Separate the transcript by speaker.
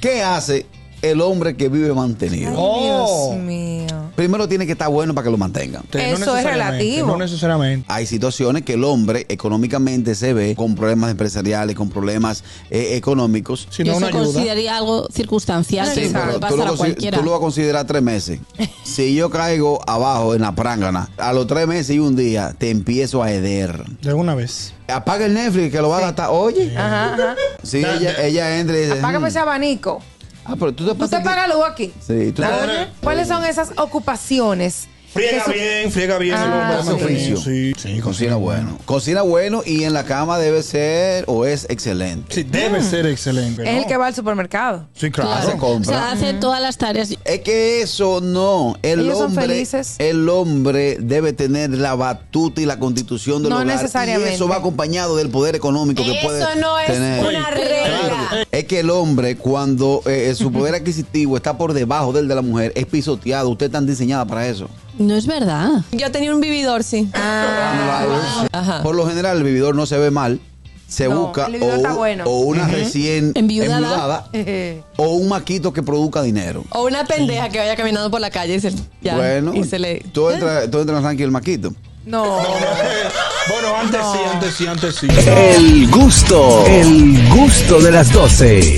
Speaker 1: ¿Qué hace el hombre que vive mantenido?
Speaker 2: Oh.
Speaker 3: Dios mío.
Speaker 1: Primero tiene que estar bueno para que lo mantengan.
Speaker 2: Sí,
Speaker 3: Eso es
Speaker 2: necesariamente,
Speaker 3: relativo.
Speaker 2: No necesariamente.
Speaker 1: Hay situaciones que el hombre económicamente se ve con problemas empresariales, con problemas eh, económicos.
Speaker 2: Si no,
Speaker 4: Yo
Speaker 2: una
Speaker 4: eso
Speaker 2: ayuda.
Speaker 4: consideraría algo circunstancial
Speaker 3: Sí,
Speaker 4: que
Speaker 3: pero
Speaker 4: puede
Speaker 1: Pero tú,
Speaker 4: pasar
Speaker 1: lo
Speaker 4: a
Speaker 1: consi-
Speaker 4: cualquiera.
Speaker 1: tú lo vas a considerar tres meses. Si yo caigo abajo en la prángana, a los tres meses y un día te empiezo a heder.
Speaker 2: De una vez.
Speaker 1: Apaga el Netflix que lo va a gastar. Oye,
Speaker 3: Ajá, ajá.
Speaker 1: si ella, ella entra y dice.
Speaker 3: Págame
Speaker 1: "Mm,
Speaker 3: ese abanico.
Speaker 1: Ah, pero tú te
Speaker 3: Tú te
Speaker 1: pasas aquí".
Speaker 3: pagas luz aquí.
Speaker 1: Sí, tú te
Speaker 2: Dale.
Speaker 3: ¿Cuáles son esas ocupaciones?
Speaker 5: Friega
Speaker 3: que su-
Speaker 5: bien, friega bien.
Speaker 3: Ah,
Speaker 5: el hombre
Speaker 3: sí.
Speaker 5: mantenido.
Speaker 2: Sí,
Speaker 1: Sí, cocina bueno. Cocina bueno y en la cama debe ser o es excelente.
Speaker 2: Sí, debe ser excelente.
Speaker 3: Mm. Es el
Speaker 2: ¿no?
Speaker 3: que va al supermercado.
Speaker 2: Sí,
Speaker 1: Claro. Se
Speaker 2: claro.
Speaker 4: O
Speaker 1: compra.
Speaker 4: sea, hace todas las tareas.
Speaker 1: Es que eso no, el
Speaker 3: Ellos son
Speaker 1: hombre,
Speaker 3: felices.
Speaker 1: el hombre debe tener la batuta y la constitución del
Speaker 3: No
Speaker 1: hogar,
Speaker 3: necesariamente.
Speaker 1: Y eso va acompañado del poder económico que puede tener. Es que el hombre cuando eh, su poder adquisitivo está por debajo del de la mujer es pisoteado. Ustedes están diseñadas para eso.
Speaker 4: No es verdad.
Speaker 6: Yo tenía un vividor, sí.
Speaker 3: Ah.
Speaker 1: Ah,
Speaker 6: Ajá.
Speaker 1: Por lo general, el vividor no se ve mal. Se
Speaker 3: No,
Speaker 1: busca
Speaker 3: el
Speaker 1: o,
Speaker 3: vividor está bueno.
Speaker 1: o una recién
Speaker 4: Enviudada.
Speaker 1: enviudada o un maquito que produzca dinero.
Speaker 6: O una pendeja que vaya caminando por la calle y se, ya,
Speaker 1: bueno,
Speaker 6: y se le...
Speaker 1: tú entras tú entras en el ranking del maquito.
Speaker 3: No.
Speaker 2: Bueno, antes sí, antes sí, antes sí.
Speaker 7: El gusto, el gusto de las 12.